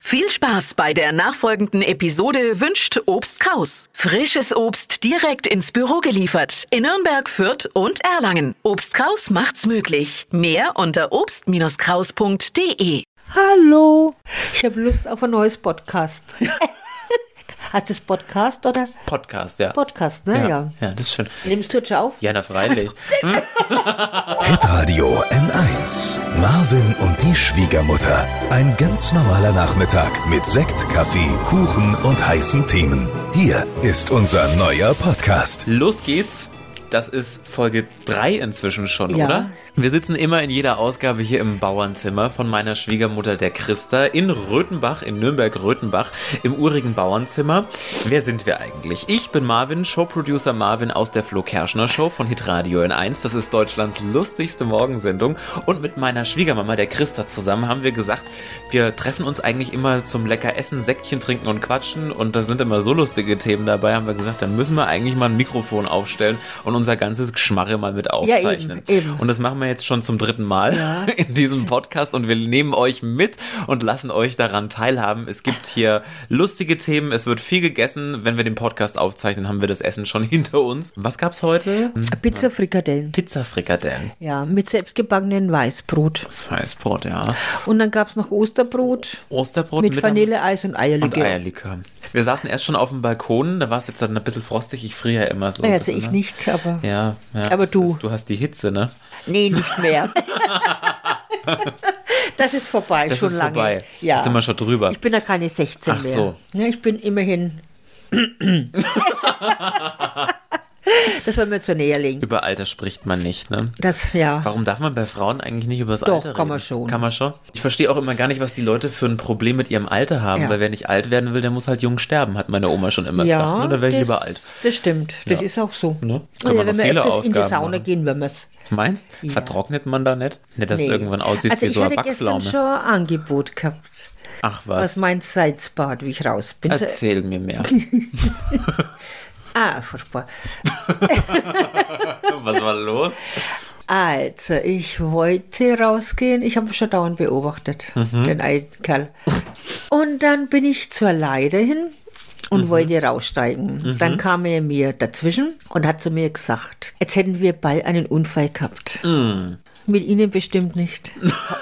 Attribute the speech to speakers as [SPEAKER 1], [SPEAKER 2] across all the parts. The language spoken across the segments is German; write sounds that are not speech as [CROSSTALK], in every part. [SPEAKER 1] Viel Spaß bei der nachfolgenden Episode wünscht Obst Kraus. Frisches Obst direkt ins Büro geliefert in Nürnberg, Fürth und Erlangen. Obst Kraus macht's möglich. Mehr unter obst-kraus.de.
[SPEAKER 2] Hallo, ich habe Lust auf ein neues Podcast. [LAUGHS] Hast du das Podcast oder
[SPEAKER 3] Podcast, ja.
[SPEAKER 2] Podcast, ne? Ja. Also-
[SPEAKER 3] ja. ja, das ist schön.
[SPEAKER 2] Nimmst du jetzt schon auf?
[SPEAKER 3] Ja, na freilich.
[SPEAKER 4] Hitradio N1. Marvin und die Schwiegermutter. Ein ganz normaler Nachmittag mit Sekt, Kaffee, Kuchen und heißen Themen. Hier ist unser neuer Podcast.
[SPEAKER 3] Los geht's. Das ist Folge 3 inzwischen schon,
[SPEAKER 2] Ja.
[SPEAKER 3] oder? Wir sitzen immer in jeder Ausgabe hier im Bauernzimmer von meiner Schwiegermutter, der Christa, in Röthenbach, in Nürnberg-Röthenbach, im urigen Bauernzimmer. Wer sind wir eigentlich? Ich bin Marvin, Showproducer Marvin aus der Flo Kerschner Show von Hitradio N1. Das ist Deutschlands lustigste Morgensendung. Und mit meiner Schwiegermama, der Christa, zusammen haben wir gesagt, wir treffen uns eigentlich immer zum lecker Essen, Säckchen trinken und quatschen. Und da sind immer so lustige Themen dabei, haben wir gesagt, dann müssen wir eigentlich mal ein Mikrofon aufstellen und unser ganzes Geschmarre mal mit aufzeichnen.
[SPEAKER 2] eben.
[SPEAKER 3] Und das machen wir jetzt schon zum dritten Mal [LAUGHS] in diesem Podcast und wir nehmen euch mit und lassen euch daran teilhaben. Es gibt hier lustige Themen, es wird viel gegessen. Wenn wir den Podcast aufzeichnen, haben wir das Essen schon [LAUGHS] hinter uns. Was gab's heute?
[SPEAKER 2] Pizza Frikadellen.
[SPEAKER 3] Pizza Frikadellen.
[SPEAKER 2] Ja, mit selbstgebackenen Weißbrot.
[SPEAKER 3] Das Weißbrot, ja.
[SPEAKER 2] Und dann gab es noch Osterbrot
[SPEAKER 3] Osterbrot
[SPEAKER 2] mit
[SPEAKER 3] mittags.
[SPEAKER 2] Vanilleeis und
[SPEAKER 3] und
[SPEAKER 2] Eierlikör.
[SPEAKER 3] Eierlikör. Wir saßen erst schon auf dem Balkon, da war es jetzt dann ein bisschen frostig. Ich friere ja immer so. ein
[SPEAKER 2] Also
[SPEAKER 3] bisschen,
[SPEAKER 2] ich
[SPEAKER 3] ne?
[SPEAKER 2] nicht, aber
[SPEAKER 3] Ja, ja.
[SPEAKER 2] Aber
[SPEAKER 3] das
[SPEAKER 2] du.
[SPEAKER 3] Ist, du hast die Hitze, ne?
[SPEAKER 2] nee, nicht mehr. das ist vorbei,
[SPEAKER 3] Das
[SPEAKER 2] schon
[SPEAKER 3] ist
[SPEAKER 2] lange.
[SPEAKER 3] vorbei.
[SPEAKER 2] Ja.
[SPEAKER 3] Da sind wir schon drüber.
[SPEAKER 2] Ich bin ja keine 16
[SPEAKER 3] Ach
[SPEAKER 2] mehr.
[SPEAKER 3] so.
[SPEAKER 2] Ja, ich bin immerhin. [LAUGHS] das wollen wir jetzt so näher legen.
[SPEAKER 3] Über Alter spricht man nicht, ne?
[SPEAKER 2] Das, ja.
[SPEAKER 3] Warum darf man bei Frauen eigentlich nicht über das
[SPEAKER 2] Doch,
[SPEAKER 3] Alter reden?
[SPEAKER 2] kann man schon.
[SPEAKER 3] Kann man schon. Ich verstehe auch immer gar nicht, was die Leute für ein Problem mit ihrem Alter haben,
[SPEAKER 2] Ja.
[SPEAKER 3] weil wer nicht alt werden will, der muss halt jung sterben, hat meine Oma schon immer
[SPEAKER 2] Ja,
[SPEAKER 3] gesagt. Ne? Da wäre ich
[SPEAKER 2] das,
[SPEAKER 3] lieber alt.
[SPEAKER 2] das stimmt. Das ist auch so.
[SPEAKER 3] Ne? Das
[SPEAKER 2] Oder
[SPEAKER 3] kann man
[SPEAKER 2] wenn
[SPEAKER 3] noch
[SPEAKER 2] wir
[SPEAKER 3] viele
[SPEAKER 2] öfters in die
[SPEAKER 3] Ausgaben
[SPEAKER 2] Sauna
[SPEAKER 3] machen.
[SPEAKER 2] gehen, wenn wir es.
[SPEAKER 3] Meinst? Vertrocknet man da nicht? Nicht, dass du irgendwann aussiehst
[SPEAKER 2] also
[SPEAKER 3] wie so eine
[SPEAKER 2] Ich hatte gestern
[SPEAKER 3] Backpflaume.
[SPEAKER 2] schon ein Angebot gehabt.
[SPEAKER 3] Ach
[SPEAKER 2] Was
[SPEAKER 3] was.
[SPEAKER 2] mein Salzbad, wie ich raus bin. So-
[SPEAKER 3] Erzähl
[SPEAKER 2] [LAUGHS]
[SPEAKER 3] mir mehr.
[SPEAKER 2] Ah, furchtbar.
[SPEAKER 3] was war los?
[SPEAKER 2] Also, ich wollte rausgehen. Ich habe mich schon dauernd beobachtet,
[SPEAKER 3] Mhm.
[SPEAKER 2] den alten Kerl. Und dann bin ich zur Leide hin und
[SPEAKER 3] Mhm.
[SPEAKER 2] wollte raussteigen. Dann kam er mir dazwischen und hat zu mir gesagt, jetzt hätten wir bald einen Unfall gehabt.
[SPEAKER 3] Mhm.
[SPEAKER 2] Mit Ihnen bestimmt
[SPEAKER 3] [LAUGHS]
[SPEAKER 2] nicht.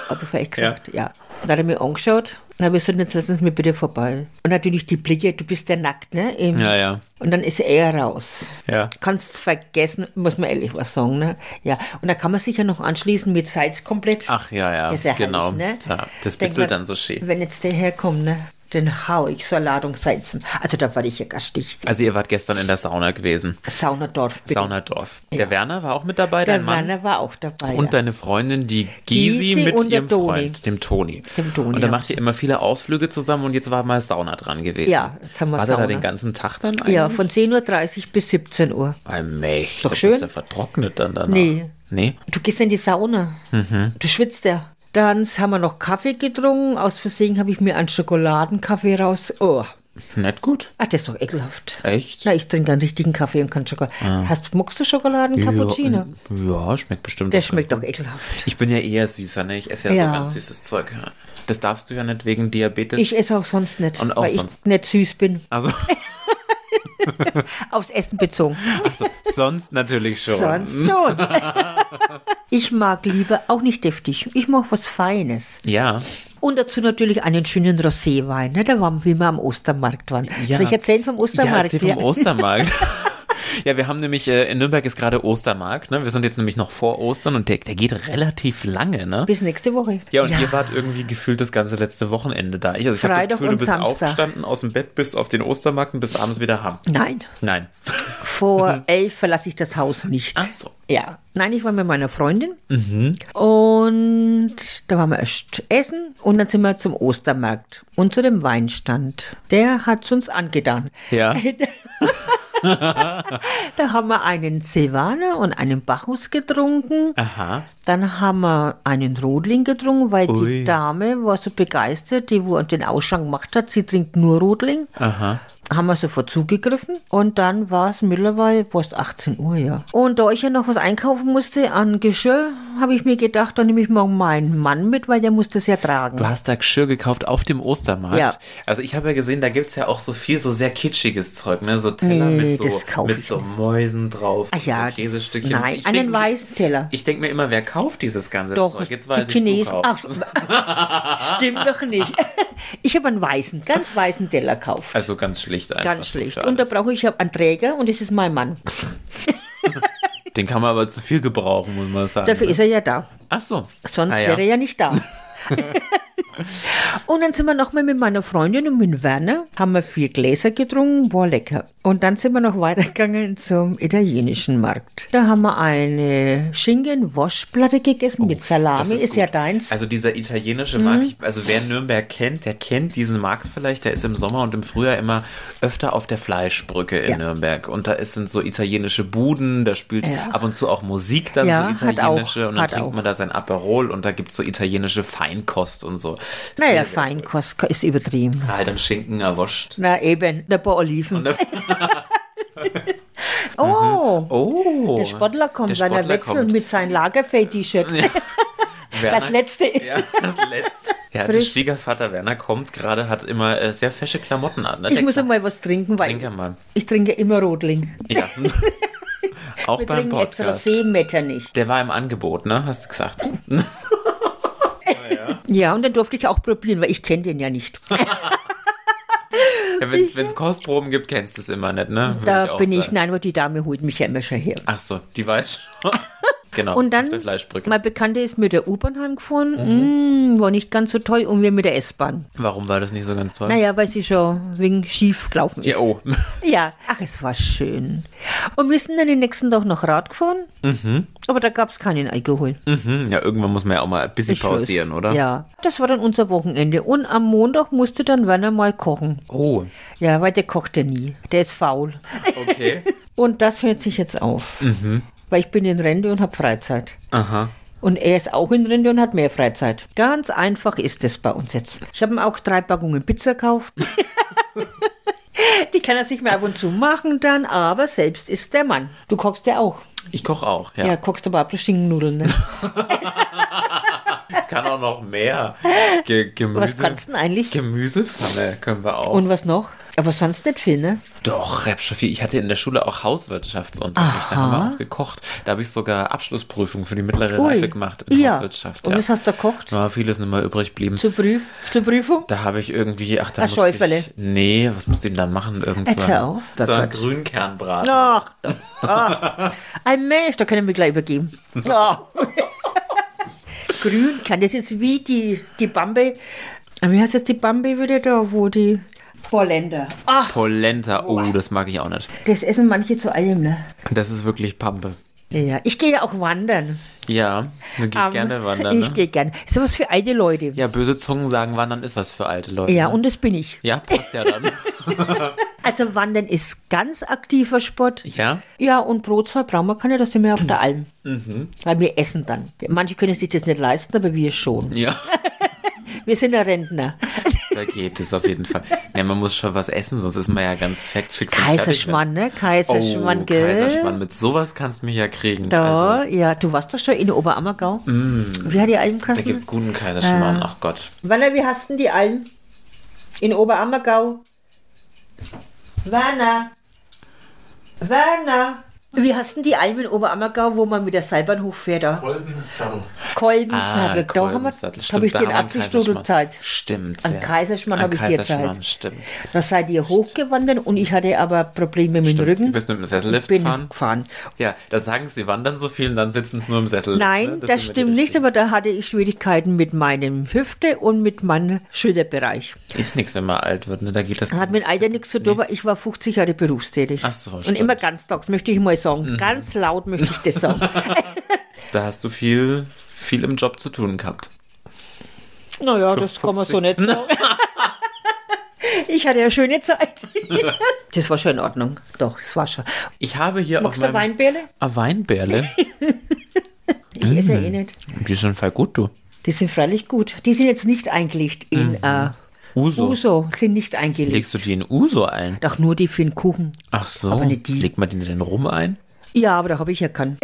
[SPEAKER 2] Habe ich vielleicht gesagt, ja. Dann hat er mir angeschaut. Na, wir sollten jetzt lassen Sie mir bitte vorbei. Und natürlich die Blicke, du bist ja nackt, ne? Im-
[SPEAKER 3] Ja, ja.
[SPEAKER 2] Und dann ist er raus.
[SPEAKER 3] Ja.
[SPEAKER 2] Kannst vergessen, muss man ehrlich was sagen, ne? Ja. Und da kann man sich ja noch anschließen mit Salz komplett.
[SPEAKER 3] Ach ja, ja.
[SPEAKER 2] Das ist ja
[SPEAKER 3] genau.
[SPEAKER 2] herrlich, ne?
[SPEAKER 3] ja, das
[SPEAKER 2] Denk
[SPEAKER 3] bitzelt
[SPEAKER 2] mal,
[SPEAKER 3] dann so schön.
[SPEAKER 2] Wenn jetzt der herkommt, ne? Dann hau ich so eine Ladung Salzen. Also da war ich ja gastig.
[SPEAKER 3] Also ihr wart gestern in der Sauna gewesen.
[SPEAKER 2] Saunadorf. bitte.
[SPEAKER 3] Saunadorf. Der Werner war auch mit dabei,
[SPEAKER 2] Der
[SPEAKER 3] dein Mann.
[SPEAKER 2] Werner war auch dabei.
[SPEAKER 3] Und
[SPEAKER 2] ja.
[SPEAKER 3] deine Freundin, die Gysi,
[SPEAKER 2] Gysi
[SPEAKER 3] mit
[SPEAKER 2] und der
[SPEAKER 3] ihrem
[SPEAKER 2] Toni.
[SPEAKER 3] Freund, dem Toni.
[SPEAKER 2] Dem Toni,
[SPEAKER 3] und da
[SPEAKER 2] ja.
[SPEAKER 3] macht ihr immer viele Ausflüge zusammen und jetzt war mal Sauna dran gewesen.
[SPEAKER 2] Ja, jetzt haben wir
[SPEAKER 3] War der da
[SPEAKER 2] Sauna.
[SPEAKER 3] den ganzen Tag dann eigentlich?
[SPEAKER 2] Ja, von 10.30 Uhr bis 17 Uhr.
[SPEAKER 3] Ei, Mech,
[SPEAKER 2] Doch
[SPEAKER 3] da
[SPEAKER 2] schön.
[SPEAKER 3] bist du vertrocknet dann danach.
[SPEAKER 2] Nee.
[SPEAKER 3] Nee?
[SPEAKER 2] Du gehst in die Sauna.
[SPEAKER 3] Mhm.
[SPEAKER 2] Du schwitzt ja. Dann haben wir noch Kaffee getrunken. Aus Versehen habe ich mir einen Schokoladenkaffee raus. Oh,
[SPEAKER 3] Nicht gut.
[SPEAKER 2] ah, das ist doch ekelhaft.
[SPEAKER 3] Echt?
[SPEAKER 2] Na, ich trinke einen richtigen Kaffee und keinen Schokolade.
[SPEAKER 3] Ah.
[SPEAKER 2] Hast, magst du Schokoladen Cappuccino?
[SPEAKER 3] äh, Ja, ja, schmeckt bestimmt.
[SPEAKER 2] Der
[SPEAKER 3] auch
[SPEAKER 2] schmeckt doch ekelhaft.
[SPEAKER 3] Ich bin ja eher süßer, ne? Ich esse ja,
[SPEAKER 2] Ja.
[SPEAKER 3] so ganz süßes Zeug. Ja. Das darfst du ja nicht wegen Diabetes.
[SPEAKER 2] Ich esse auch sonst nicht,
[SPEAKER 3] Und auch
[SPEAKER 2] weil
[SPEAKER 3] sonst.
[SPEAKER 2] ich nicht süß bin.
[SPEAKER 3] Also, [LAUGHS]
[SPEAKER 2] Aufs Essen bezogen.
[SPEAKER 3] also sonst natürlich [LAUGHS] schon.
[SPEAKER 2] Sonst
[SPEAKER 3] [LAUGHS]
[SPEAKER 2] schon. ich mag lieber auch nicht deftig. Ich mag was Feines.
[SPEAKER 3] Ja.
[SPEAKER 2] Und dazu natürlich einen schönen Roséwein. Ne? Da waren wir mal am Ostermarkt waren. Soll ich erzählen vom Ostermarkt?
[SPEAKER 3] Ja, erzähl
[SPEAKER 2] [LAUGHS]
[SPEAKER 3] vom Ostermarkt. Ja, wir haben nämlich, äh, in Nürnberg ist gerade Ostermarkt, ne? Wir sind jetzt nämlich noch vor Ostern und der, der geht relativ lange, ne?
[SPEAKER 2] Bis nächste Woche.
[SPEAKER 3] Ja, und ihr wart irgendwie gefühlt das ganze letzte Wochenende da. Ich, also ich hab das
[SPEAKER 2] Freitag
[SPEAKER 3] Gefühl,
[SPEAKER 2] und
[SPEAKER 3] du bist
[SPEAKER 2] Samstag.
[SPEAKER 3] aufgestanden, aus dem Bett, bist auf den Ostermarkt und bist abends wieder ham.
[SPEAKER 2] Nein,
[SPEAKER 3] Nein.
[SPEAKER 2] vor elf verlasse ich das Haus nicht.
[SPEAKER 3] Mhm. Ach so. Mhm.
[SPEAKER 2] Ja, nein, ich war mit meiner Freundin und da waren wir erst essen und dann sind wir zum Ostermarkt und zu dem Weinstand. Der hat es uns angetan.
[SPEAKER 3] Ja.
[SPEAKER 2] [LAUGHS]
[SPEAKER 3] [LAUGHS]
[SPEAKER 2] Da haben wir einen Silvaner und einen Bacchus getrunken.
[SPEAKER 3] Aha.
[SPEAKER 2] Dann haben wir einen Rodling getrunken, weil die
[SPEAKER 3] Ui.
[SPEAKER 2] Dame war so begeistert, die wo den Ausschank gemacht hat. Sie trinkt nur Rodling. haben wir sofort zugegriffen und dann war es mittlerweile fast 18 Uhr, ja. Und da ich ja noch was einkaufen musste an Geschirr, habe ich mir gedacht, dann nehme ich mal meinen Mann mit, weil der muss das ja tragen.
[SPEAKER 3] Du hast da Geschirr gekauft auf dem Ostermarkt.
[SPEAKER 2] Ja.
[SPEAKER 3] Also ich habe ja gesehen, da gibt es ja auch so viel so sehr kitschiges Zeug, ne? So Teller
[SPEAKER 2] Nee,
[SPEAKER 3] mit, so,
[SPEAKER 2] das kauf
[SPEAKER 3] mit
[SPEAKER 2] ich
[SPEAKER 3] so Mäusen drauf,
[SPEAKER 2] Ach ja,
[SPEAKER 3] so Käsestückchen.
[SPEAKER 2] das- nein,
[SPEAKER 3] ich
[SPEAKER 2] einen
[SPEAKER 3] denk-
[SPEAKER 2] weißen Teller.
[SPEAKER 3] Ich denke mir immer, wer kauft dieses ganze
[SPEAKER 2] Doch,
[SPEAKER 3] Zeug? Jetzt weiß
[SPEAKER 2] die
[SPEAKER 3] ich, du
[SPEAKER 2] Chinesen. Ach, [LAUGHS]
[SPEAKER 3] kaufst.
[SPEAKER 2] stimmt doch nicht. Ich habe einen weißen, ganz weißen Teller gekauft.
[SPEAKER 3] Also ganz schlicht einfach.
[SPEAKER 2] ganz
[SPEAKER 3] so
[SPEAKER 2] schlecht.
[SPEAKER 3] für
[SPEAKER 2] Und da
[SPEAKER 3] alles.
[SPEAKER 2] brauche ich ich hab einen Träger und das ist mein Mann.
[SPEAKER 3] Den kann man aber zu viel gebrauchen, muss man sagen.
[SPEAKER 2] Dafür
[SPEAKER 3] ne?
[SPEAKER 2] ist er ja da.
[SPEAKER 3] Ach so.
[SPEAKER 2] Sonst
[SPEAKER 3] Ah, ja.
[SPEAKER 2] wäre er ja nicht da.
[SPEAKER 3] [LAUGHS]
[SPEAKER 2] und dann sind wir nochmal mit meiner Freundin und mit Werner, haben wir vier Gläser getrunken, war lecker. Und dann sind wir noch weitergegangen zum italienischen Markt. Da haben wir eine Schinken-Waschplatte gegessen mit Salami,
[SPEAKER 3] Oh, Das
[SPEAKER 2] ist,
[SPEAKER 3] gut.
[SPEAKER 2] ja deins. Mhm.
[SPEAKER 3] Also dieser italienische Markt, ich- also wer Nürnberg kennt, der kennt diesen Markt vielleicht, der ist im Sommer und im Frühjahr immer öfter auf der Fleischbrücke in
[SPEAKER 2] Ja.
[SPEAKER 3] Nürnberg. Und da ist, sind so italienische Buden, da spielt
[SPEAKER 2] Ja.
[SPEAKER 3] ab und zu auch Musik dann
[SPEAKER 2] Ja,
[SPEAKER 3] so
[SPEAKER 2] hat auch,
[SPEAKER 3] italienische und dann
[SPEAKER 2] hat
[SPEAKER 3] trinkt
[SPEAKER 2] auch.
[SPEAKER 3] man da sein Aperol und da gibt es so italienische Feinkost und so.
[SPEAKER 2] naja,
[SPEAKER 3] Sehr
[SPEAKER 2] Feinkost ist übertrieben.
[SPEAKER 3] geil. Halt dann Schinken erwascht.
[SPEAKER 2] Na eben, ein paar Oliven. [LAUGHS] oh,
[SPEAKER 3] Oh.
[SPEAKER 2] der Sportler kommt, seiner
[SPEAKER 3] Sportler
[SPEAKER 2] Wechsel
[SPEAKER 3] kommt.
[SPEAKER 2] mit seinem Lagerfeld-T-Shirt.
[SPEAKER 3] Werner-
[SPEAKER 2] Das letzte.
[SPEAKER 3] Ja, das
[SPEAKER 2] [LAUGHS]
[SPEAKER 3] letzte. Ja, der
[SPEAKER 2] Frisch.
[SPEAKER 3] Schwiegervater Werner kommt gerade, hat immer äh, sehr fesche Klamotten an. Ne?
[SPEAKER 2] Ich
[SPEAKER 3] Der
[SPEAKER 2] muss
[SPEAKER 3] Kla-
[SPEAKER 2] einmal was trinken, weil
[SPEAKER 3] Trinke mal.
[SPEAKER 2] ich trinke immer Rotling. [LAUGHS]
[SPEAKER 3] Ja. Auch
[SPEAKER 2] Wir
[SPEAKER 3] beim
[SPEAKER 2] trinken extra
[SPEAKER 3] Podcast.
[SPEAKER 2] Seemeter nicht.
[SPEAKER 3] Der war im Angebot, ne? Hast du gesagt.
[SPEAKER 2] Ja, und dann durfte ich auch probieren, weil ich kenne den ja nicht.
[SPEAKER 3] Ja, Wenn es Kostproben gibt, kennst du es immer nicht, ne? Würde
[SPEAKER 2] Da
[SPEAKER 3] auch
[SPEAKER 2] bin ich,
[SPEAKER 3] sagen.
[SPEAKER 2] nein, aber die Dame holt mich ja immer schon her.
[SPEAKER 3] Ach so, die weiß
[SPEAKER 2] [LAUGHS]
[SPEAKER 3] schon. genau.
[SPEAKER 2] Und dann,
[SPEAKER 3] auf der Fleischbrücke. Mhm.
[SPEAKER 2] mein Bekannter ist mit der U-Bahn heimgefahren, Mm, war nicht ganz so toll, und wir mit der S-Bahn.
[SPEAKER 3] Warum war das nicht so ganz toll?
[SPEAKER 2] Naja, weil sie schon wegen schief gelaufen ist.
[SPEAKER 3] Ja, oh. [LAUGHS]
[SPEAKER 2] Ja, ach, es war schön. Und wir sind dann den nächsten Tag noch Rad gefahren, aber da gab es keinen Alkohol.
[SPEAKER 3] Mhm, ja, irgendwann muss man ja auch mal ein bisschen
[SPEAKER 2] Ich weiß.
[SPEAKER 3] pausieren, oder?
[SPEAKER 2] Ja, das war dann unser Wochenende. Und am Montag musste dann Werner mal kochen.
[SPEAKER 3] Oh,
[SPEAKER 2] Ja, weil der kocht ja nie. Der ist faul. [LAUGHS]
[SPEAKER 3] okay.
[SPEAKER 2] Und das hört sich jetzt auf. Weil ich bin in Rente und habe Freizeit.
[SPEAKER 3] Aha.
[SPEAKER 2] Und er ist auch in Rente und hat mehr Freizeit. Ganz einfach ist es bei uns jetzt. Ich habe ihm auch drei Packungen Pizza gekauft. Die kann er sich mal ab und zu machen dann, aber selbst ist der Mann. Du kochst ja auch.
[SPEAKER 3] Ich koche auch,
[SPEAKER 2] Ja,
[SPEAKER 3] ja.
[SPEAKER 2] kochst aber auch Schinkennudeln. Ne?
[SPEAKER 3] Kann auch noch mehr. Ge Gemüse.
[SPEAKER 2] Was kannst du denn eigentlich?
[SPEAKER 3] Gemüsepfanne können wir auch.
[SPEAKER 2] Und was noch? Aber sonst nicht viel, ne?
[SPEAKER 3] Doch, Rebschaffi, ich hatte in der Schule auch Hauswirtschaftsunterricht. Da haben wir auch gekocht. Da habe ich sogar Abschlussprüfung für die mittlere
[SPEAKER 2] Ui.
[SPEAKER 3] Reife gemacht in
[SPEAKER 2] Ja.
[SPEAKER 3] Hauswirtschaft.
[SPEAKER 2] Und was hast du gekocht?
[SPEAKER 3] Da war vieles nicht mehr übrig geblieben.
[SPEAKER 2] Zur, Prüf zur Prüfung?
[SPEAKER 3] Da habe ich irgendwie, ach, da
[SPEAKER 2] Ein
[SPEAKER 3] musste
[SPEAKER 2] Schäufele.
[SPEAKER 3] ich, Nee, was musste ich denn dann machen? Irgendwas.
[SPEAKER 2] Jetzt hör auf.
[SPEAKER 3] So
[SPEAKER 2] Oh
[SPEAKER 3] ein
[SPEAKER 2] Gott. [LAUGHS]
[SPEAKER 3] Grünkernbraten.
[SPEAKER 2] Ach, doch. ah. ein Mensch, da können wir gleich übergeben. Ah. Ja. [LAUGHS] Grün kann, das ist wie die, die Bambi. Ah, Wie heißt jetzt die Bambi wieder da, wo die Vorländer. Ach,
[SPEAKER 3] Polenta. Oh, das mag ich auch nicht.
[SPEAKER 2] das essen manche zu allem, ne?
[SPEAKER 3] Das ist wirklich Pampe.
[SPEAKER 2] Ja, ich gehe ja auch wandern.
[SPEAKER 3] Ja, du gehst
[SPEAKER 2] Am-
[SPEAKER 3] gerne wandern.
[SPEAKER 2] Ich
[SPEAKER 3] Ne?
[SPEAKER 2] gehe gerne. Ist sowas für alte Leute. Ja,
[SPEAKER 3] Ja, böse Zungen sagen, wandern ist was für alte Leute. ne?
[SPEAKER 2] und das bin ich.
[SPEAKER 3] Ja, passt
[SPEAKER 2] [LAUGHS]
[SPEAKER 3] ja dann.
[SPEAKER 2] Also Wandern ist ganz aktiver Sport.
[SPEAKER 3] ja?
[SPEAKER 2] Ja, und Brotzeug brauchen wir keine, das sind wir auf
[SPEAKER 3] [LAUGHS]
[SPEAKER 2] der Alm.
[SPEAKER 3] Mhm.
[SPEAKER 2] Weil wir essen dann. Manche können sich das nicht leisten, aber wir schon.
[SPEAKER 3] Ja.
[SPEAKER 2] Wir sind ja
[SPEAKER 3] [LAUGHS]
[SPEAKER 2] Rentner.
[SPEAKER 3] Da geht es auf jeden Fall. Ja, man muss schon was essen, sonst ist man ja ganz fact fix und fertig,
[SPEAKER 2] Kaiserschmarrn, ne?
[SPEAKER 3] wenn's-
[SPEAKER 2] Kaiserschmarrn,
[SPEAKER 3] oh,
[SPEAKER 2] gell?
[SPEAKER 3] Kaiserschmarrn, mit sowas kannst du mich ja kriegen.
[SPEAKER 2] Da,
[SPEAKER 3] Also, Mm.
[SPEAKER 2] ja, du warst doch schon in Oberammergau. Wie hat die Alm
[SPEAKER 3] da gibt's
[SPEAKER 2] geheißen?
[SPEAKER 3] guten Kaiserschmarrn, ach Gott.
[SPEAKER 2] Werner, wie hast denn die Alm? In Oberammergau. Werner. Werner. Wie hast denn die Alm in Oberammergau, wo man mit der Seilbahn hochfährt? da? Kolbensattel. da haben wir, habe
[SPEAKER 3] Kolbensattel, Ah, stimmt,
[SPEAKER 2] ich
[SPEAKER 3] da
[SPEAKER 2] den
[SPEAKER 3] haben wir einen
[SPEAKER 2] Apfelstrudel
[SPEAKER 3] Kaiserschmarrn.
[SPEAKER 2] gezeigt.
[SPEAKER 3] Stimmt.
[SPEAKER 2] An Kaiserschmarrn
[SPEAKER 3] An
[SPEAKER 2] habe ich dir
[SPEAKER 3] Kaiserschmarrn,
[SPEAKER 2] Zeit.
[SPEAKER 3] stimmt.
[SPEAKER 2] Da seid ihr hochgewandert und ich hatte aber Probleme mit dem
[SPEAKER 3] Stimmt.
[SPEAKER 2] Rücken.
[SPEAKER 3] Du bist mit dem Sessellift
[SPEAKER 2] bin
[SPEAKER 3] gefahren?
[SPEAKER 2] gefahren.
[SPEAKER 3] Ja, da sagen sie, wandern so viel und dann sitzen sie nur im Sessel.
[SPEAKER 2] Nein,
[SPEAKER 3] ne?
[SPEAKER 2] das,
[SPEAKER 3] sind wir die
[SPEAKER 2] stimmt nicht,
[SPEAKER 3] Richtigen.
[SPEAKER 2] aber da hatte ich Schwierigkeiten mit meinem Hüfte und mit meinem Schulterbereich.
[SPEAKER 3] Ist nichts, wenn man alt wird, ne? Da geht das.
[SPEAKER 2] Hat mit Alter nichts zu tun, aber ich war 50 Jahre berufstätig.
[SPEAKER 3] Ach so,
[SPEAKER 2] und
[SPEAKER 3] stimmt. Mhm.
[SPEAKER 2] immer ganztags, möchte ich mal sagen. Ganz laut möchte ich das
[SPEAKER 3] [LAUGHS]
[SPEAKER 2] sagen.
[SPEAKER 3] Da hast du viel, viel im Job zu tun gehabt.
[SPEAKER 2] naja, das kann man so
[SPEAKER 3] 50.
[SPEAKER 2] nicht sagen. [LAUGHS] Ich hatte ja schöne Zeit.
[SPEAKER 3] [LAUGHS]
[SPEAKER 2] Das war schon in Ordnung. Doch, das war schon.
[SPEAKER 3] Ich habe hier
[SPEAKER 2] Magst
[SPEAKER 3] auf
[SPEAKER 2] du
[SPEAKER 3] meinem...
[SPEAKER 2] Weinbärle?
[SPEAKER 3] Ah, Weinbärle.
[SPEAKER 2] Ich esse
[SPEAKER 3] Mhm.
[SPEAKER 2] ja eh nicht.
[SPEAKER 3] Die sind voll gut, du. Mhm.
[SPEAKER 2] Die sind freilich gut. Die sind jetzt nicht eingelegt in äh,
[SPEAKER 3] Uso.
[SPEAKER 2] Uso sind nicht eingelegt.
[SPEAKER 3] Legst du die in Uso ein?
[SPEAKER 2] Doch nur die für den Kuchen.
[SPEAKER 3] Ach so.
[SPEAKER 2] Aber nicht die.
[SPEAKER 3] Legt man den denn rum ein?
[SPEAKER 2] Ja, aber da habe ich ja keinen.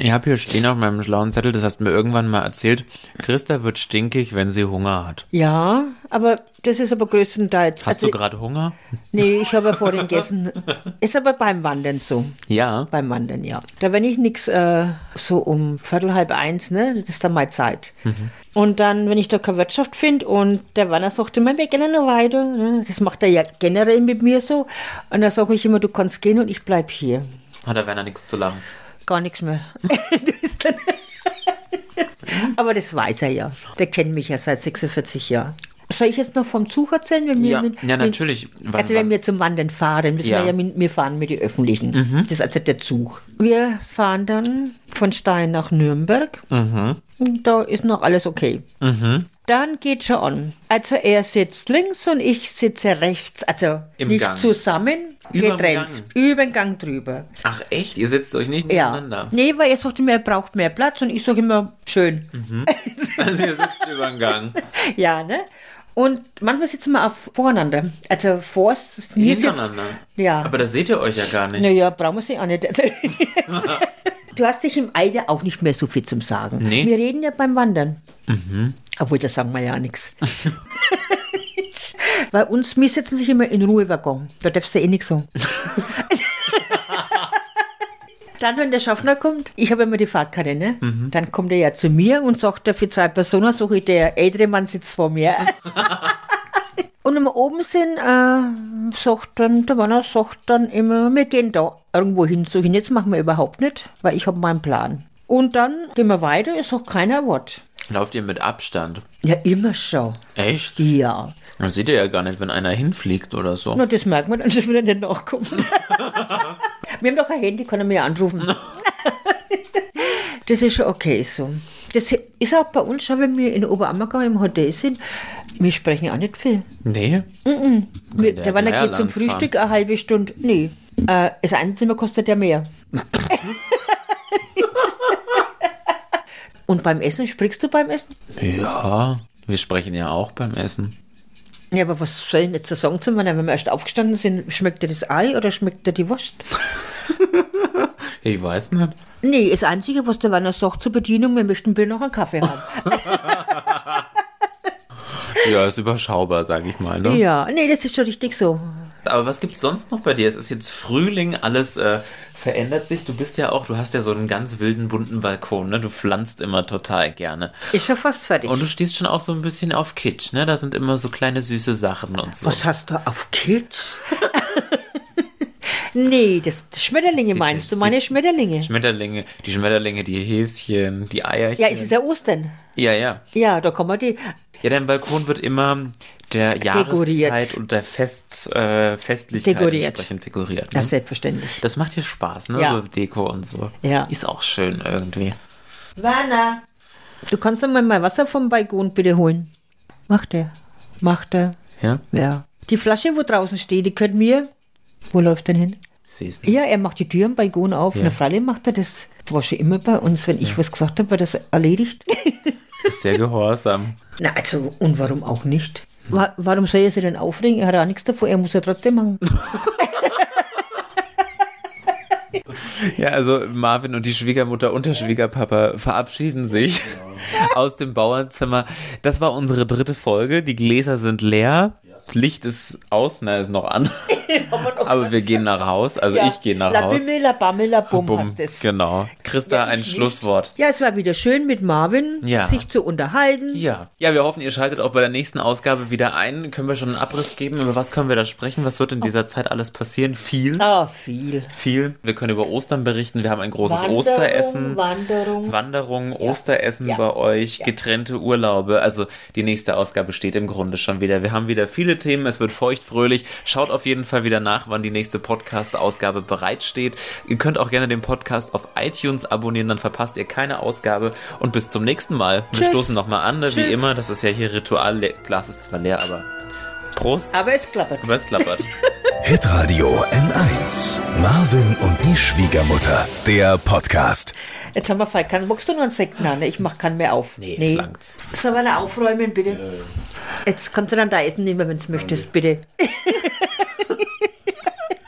[SPEAKER 3] Ich habe hier stehen auf meinem schlauen Zettel, das hast du mir irgendwann mal erzählt, Christa wird stinkig, wenn sie Hunger hat.
[SPEAKER 2] Ja, aber das ist aber größtenteils. also
[SPEAKER 3] Hast du gerade Hunger?
[SPEAKER 2] Nee, ich habe ja
[SPEAKER 3] [LAUGHS]
[SPEAKER 2] vorhin gegessen. Ist aber beim Wandern so.
[SPEAKER 3] Ja.
[SPEAKER 2] Beim Wandern, [LAUGHS] ja. Da, wenn ich nichts, äh, so um Viertel, halb eins, ne, das ist dann meine Zeit.
[SPEAKER 3] Mhm.
[SPEAKER 2] Und dann, wenn ich da keine Wirtschaft finde und der Wanner sagt immer, wir gehen noch weiter. Ne? Das macht er ja generell mit mir so. Und dann sage ich immer, du kannst gehen und ich bleib hier.
[SPEAKER 3] Hat der Werner nichts zu lachen.
[SPEAKER 2] Gar nichts [LAUGHS] mehr. Das ist [LAUGHS] dann aber das weiß er ja. Der kennt mich ja seit 46 Jahren. Soll ich jetzt noch vom Zug erzählen? Wenn wir
[SPEAKER 3] Ja,
[SPEAKER 2] mit-
[SPEAKER 3] ja,
[SPEAKER 2] mit-
[SPEAKER 3] natürlich. Wann-
[SPEAKER 2] also wenn
[SPEAKER 3] wann-
[SPEAKER 2] wir zum Wandern fahren, müssen
[SPEAKER 3] Ja. Mhm.
[SPEAKER 2] wir ja mit, wir fahren mit den Öffentlichen. Das ist also der Zug. Wir fahren dann von Stein nach Nürnberg.
[SPEAKER 3] Mhm.
[SPEAKER 2] Und da ist noch alles okay. Dann geht schon an. Also er sitzt links und ich sitze rechts. Also
[SPEAKER 3] Im
[SPEAKER 2] nicht
[SPEAKER 3] Gang.
[SPEAKER 2] zusammen,
[SPEAKER 3] Überm
[SPEAKER 2] getrennt.
[SPEAKER 3] Gang.
[SPEAKER 2] Über den Gang drüber.
[SPEAKER 3] Ach echt? Ihr setzt euch nicht
[SPEAKER 2] Ja.
[SPEAKER 3] nebeneinander?
[SPEAKER 2] [LAUGHS] Nee, weil er sagt immer, er braucht mehr Platz und ich sage immer, schön.
[SPEAKER 3] Also ihr sitzt über
[SPEAKER 2] [LAUGHS]
[SPEAKER 3] den Gang.
[SPEAKER 2] Ja, ne? Und manchmal sitzen wir auch voreinander. Also vor mir sitzt.
[SPEAKER 3] Hintereinander.
[SPEAKER 2] Ja.
[SPEAKER 3] Aber das seht ihr euch ja gar nicht.
[SPEAKER 2] Naja, brauchen wir sie auch
[SPEAKER 3] [LAUGHS]
[SPEAKER 2] nicht. Also, du hast dich im Alter auch nicht mehr so viel zum Sagen.
[SPEAKER 3] Nee. Mhm.
[SPEAKER 2] Wir reden ja beim Wandern. Obwohl, da sagen wir ja nichts. [LAUGHS] Weil uns, wir sitzen sich immer in Ruhewaggon. Da darfst du eh nichts
[SPEAKER 3] [LAUGHS]
[SPEAKER 2] sagen. Dann, wenn der Schaffner kommt, ich habe immer die Fahrkarte, ne?
[SPEAKER 3] Mhm.
[SPEAKER 2] Dann kommt er ja zu mir und sagt, er, für zwei Personen suche ich der ältere Mann sitzt vor mir. Und wenn wir oben sind, äh, sagt dann, der Wanner sagt dann immer, wir gehen da irgendwo hin, so hin. Jetzt machen wir überhaupt nicht, weil ich habe meinen Plan. Und dann gehen wir weiter, ist auch keiner Wort.
[SPEAKER 3] Lauft ihr mit Abstand?
[SPEAKER 2] Ja, immer schon.
[SPEAKER 3] Echt?
[SPEAKER 2] Ja.
[SPEAKER 3] Das seht ihr ja gar nicht, wenn einer hinfliegt oder so.
[SPEAKER 2] Na, das merkt man dann, [LAUGHS] dass wir nicht nachkommen. wir haben doch ein Handy, können wir ja anrufen. [LAUGHS] das ist schon okay so. Das ist auch bei uns schon, wenn wir in Oberammergau im Hotel sind, wir sprechen auch nicht viel.
[SPEAKER 3] Nee.
[SPEAKER 2] Wir,
[SPEAKER 3] der
[SPEAKER 2] der Wanner geht
[SPEAKER 3] Dreierlands
[SPEAKER 2] zum
[SPEAKER 3] fahren.
[SPEAKER 2] Frühstück eine halbe Stunde. Nee, äh, das Einzelzimmer kostet ja mehr. Und beim Essen, sprichst du beim Essen?
[SPEAKER 3] Ja. Wir sprechen ja auch beim Essen.
[SPEAKER 2] Ja, aber was soll ich jetzt sagen zu meiner, wenn wir erst aufgestanden sind? Schmeckt dir das Ei oder schmeckt dir die Wurst?
[SPEAKER 3] Ich weiß nicht.
[SPEAKER 2] Nee, das Einzige, was der Wanner sagt zur Bedienung, wir möchten bitte noch einen Kaffee haben.
[SPEAKER 3] Ja, ist überschaubar, sag ich mal. Ne?
[SPEAKER 2] ja, nee, das ist schon richtig so.
[SPEAKER 3] Aber was gibt's sonst noch bei dir? Es ist jetzt Frühling, alles äh, verändert sich. Du bist ja auch, du hast ja so einen ganz wilden, bunten Balkon, ne? Du pflanzt immer total gerne.
[SPEAKER 2] Ist schon fast fertig.
[SPEAKER 3] Und du stehst schon auch so ein bisschen auf Kitsch, ne? Da sind immer so kleine süße Sachen und so.
[SPEAKER 2] was hast du auf Kids? [LAUGHS] nee, das, das Schmetterlinge
[SPEAKER 3] Sie-
[SPEAKER 2] meinst du,
[SPEAKER 3] sie-
[SPEAKER 2] meine Schmetterlinge.
[SPEAKER 3] Schmetterlinge, die Schmetterlinge, die Häschen, die Eierchen.
[SPEAKER 2] Ja, es ist ja Ostern.
[SPEAKER 3] ja, ja.
[SPEAKER 2] Ja, da kann man die.
[SPEAKER 3] Ja, dein Balkon wird immer der
[SPEAKER 2] Dekoriert.
[SPEAKER 3] Jahreszeit und der Fest, äh, Festlichkeit
[SPEAKER 2] Dekoriert.
[SPEAKER 3] entsprechend dekoriert.
[SPEAKER 2] Ja,
[SPEAKER 3] Ne?
[SPEAKER 2] selbstverständlich.
[SPEAKER 3] Das macht dir Spaß, ne?
[SPEAKER 2] Ja.
[SPEAKER 3] So Deko und so.
[SPEAKER 2] Ja.
[SPEAKER 3] Ist auch schön irgendwie.
[SPEAKER 2] Wanner. Du kannst einmal mal Wasser vom Balkon bitte holen. Macht er. Macht er.
[SPEAKER 3] Ja?
[SPEAKER 2] Ja. Die Flasche, wo draußen steht, die könnt mir. Wo läuft denn hin?
[SPEAKER 3] Siehst du.
[SPEAKER 2] Ja, er macht die Tür am Balkon auf. Na, freilich macht er das. Das war schon immer bei uns. Wenn ich was gesagt habe, war das erledigt.
[SPEAKER 3] Ist sehr gehorsam.
[SPEAKER 2] [LAUGHS] Na, also, und warum auch nicht? Wa warum soll er sich denn aufregen? Er hat auch nichts davor. Er muss ja trotzdem [LAUGHS] machen.
[SPEAKER 3] Ja, also Marvin und die Schwiegermutter und der Schwiegerpapa verabschieden sich [LAUGHS] aus dem Bauernzimmer. Das war unsere dritte Folge. Die Gläser sind leer. Das Licht ist aus, na, ist
[SPEAKER 2] [LAUGHS]
[SPEAKER 3] noch an.
[SPEAKER 2] oh
[SPEAKER 3] Aber wir gehen nach Haus. Also ich gehe nach
[SPEAKER 2] la
[SPEAKER 3] Haus.
[SPEAKER 2] Bimmel, la Bammel, la Bum,
[SPEAKER 3] Bumm.
[SPEAKER 2] hast es.
[SPEAKER 3] Genau. Christa,
[SPEAKER 2] Ja, ich
[SPEAKER 3] ein
[SPEAKER 2] nicht.
[SPEAKER 3] Schlusswort.
[SPEAKER 2] Ja, es war wieder schön mit Marvin,
[SPEAKER 3] Ja.
[SPEAKER 2] sich zu unterhalten.
[SPEAKER 3] Ja. Ja, wir hoffen, ihr schaltet auch bei der nächsten Ausgabe wieder ein. Können wir schon einen Abriss geben? Über was können wir da sprechen? Was wird in dieser Zeit alles passieren? Viel.
[SPEAKER 2] Ah, viel.
[SPEAKER 3] viel. Wir können über Ostern berichten. Wir haben ein großes
[SPEAKER 2] Wanderung,
[SPEAKER 3] Osteressen.
[SPEAKER 2] Wanderung.
[SPEAKER 3] Wanderung, Osteressen
[SPEAKER 2] Ja.
[SPEAKER 3] bei euch, getrennte Urlaube. Also die nächste Ausgabe steht im Grunde schon wieder. Wir haben wieder viele Themen. Es wird feucht, fröhlich. Schaut auf jeden Fall wieder nach, wann die nächste Podcast-Ausgabe bereitsteht. Ihr könnt auch gerne den Podcast auf iTunes abonnieren, dann verpasst ihr keine Ausgabe. Und bis zum nächsten Mal. Wir
[SPEAKER 2] Tschüss.
[SPEAKER 3] stoßen nochmal an, ne? wie
[SPEAKER 2] Tschüss.
[SPEAKER 3] immer. Das ist ja hier Ritual. Le- Glas ist zwar leer, aber Prost.
[SPEAKER 2] Aber es klappert.
[SPEAKER 3] Aber es klappert.
[SPEAKER 4] Hitradio N1. Marvin und die Schwiegermutter. Der Podcast.
[SPEAKER 2] Jetzt haben wir Fall. Kann, magst du noch einen Sekt? Nein, ne? ich mach keinen mehr auf.
[SPEAKER 3] Nee, jetzt langt's.
[SPEAKER 2] Sollen wir noch aufräumen, bitte? Jetzt kannst du dann da essen nehmen, wenn du möchtest, bitte.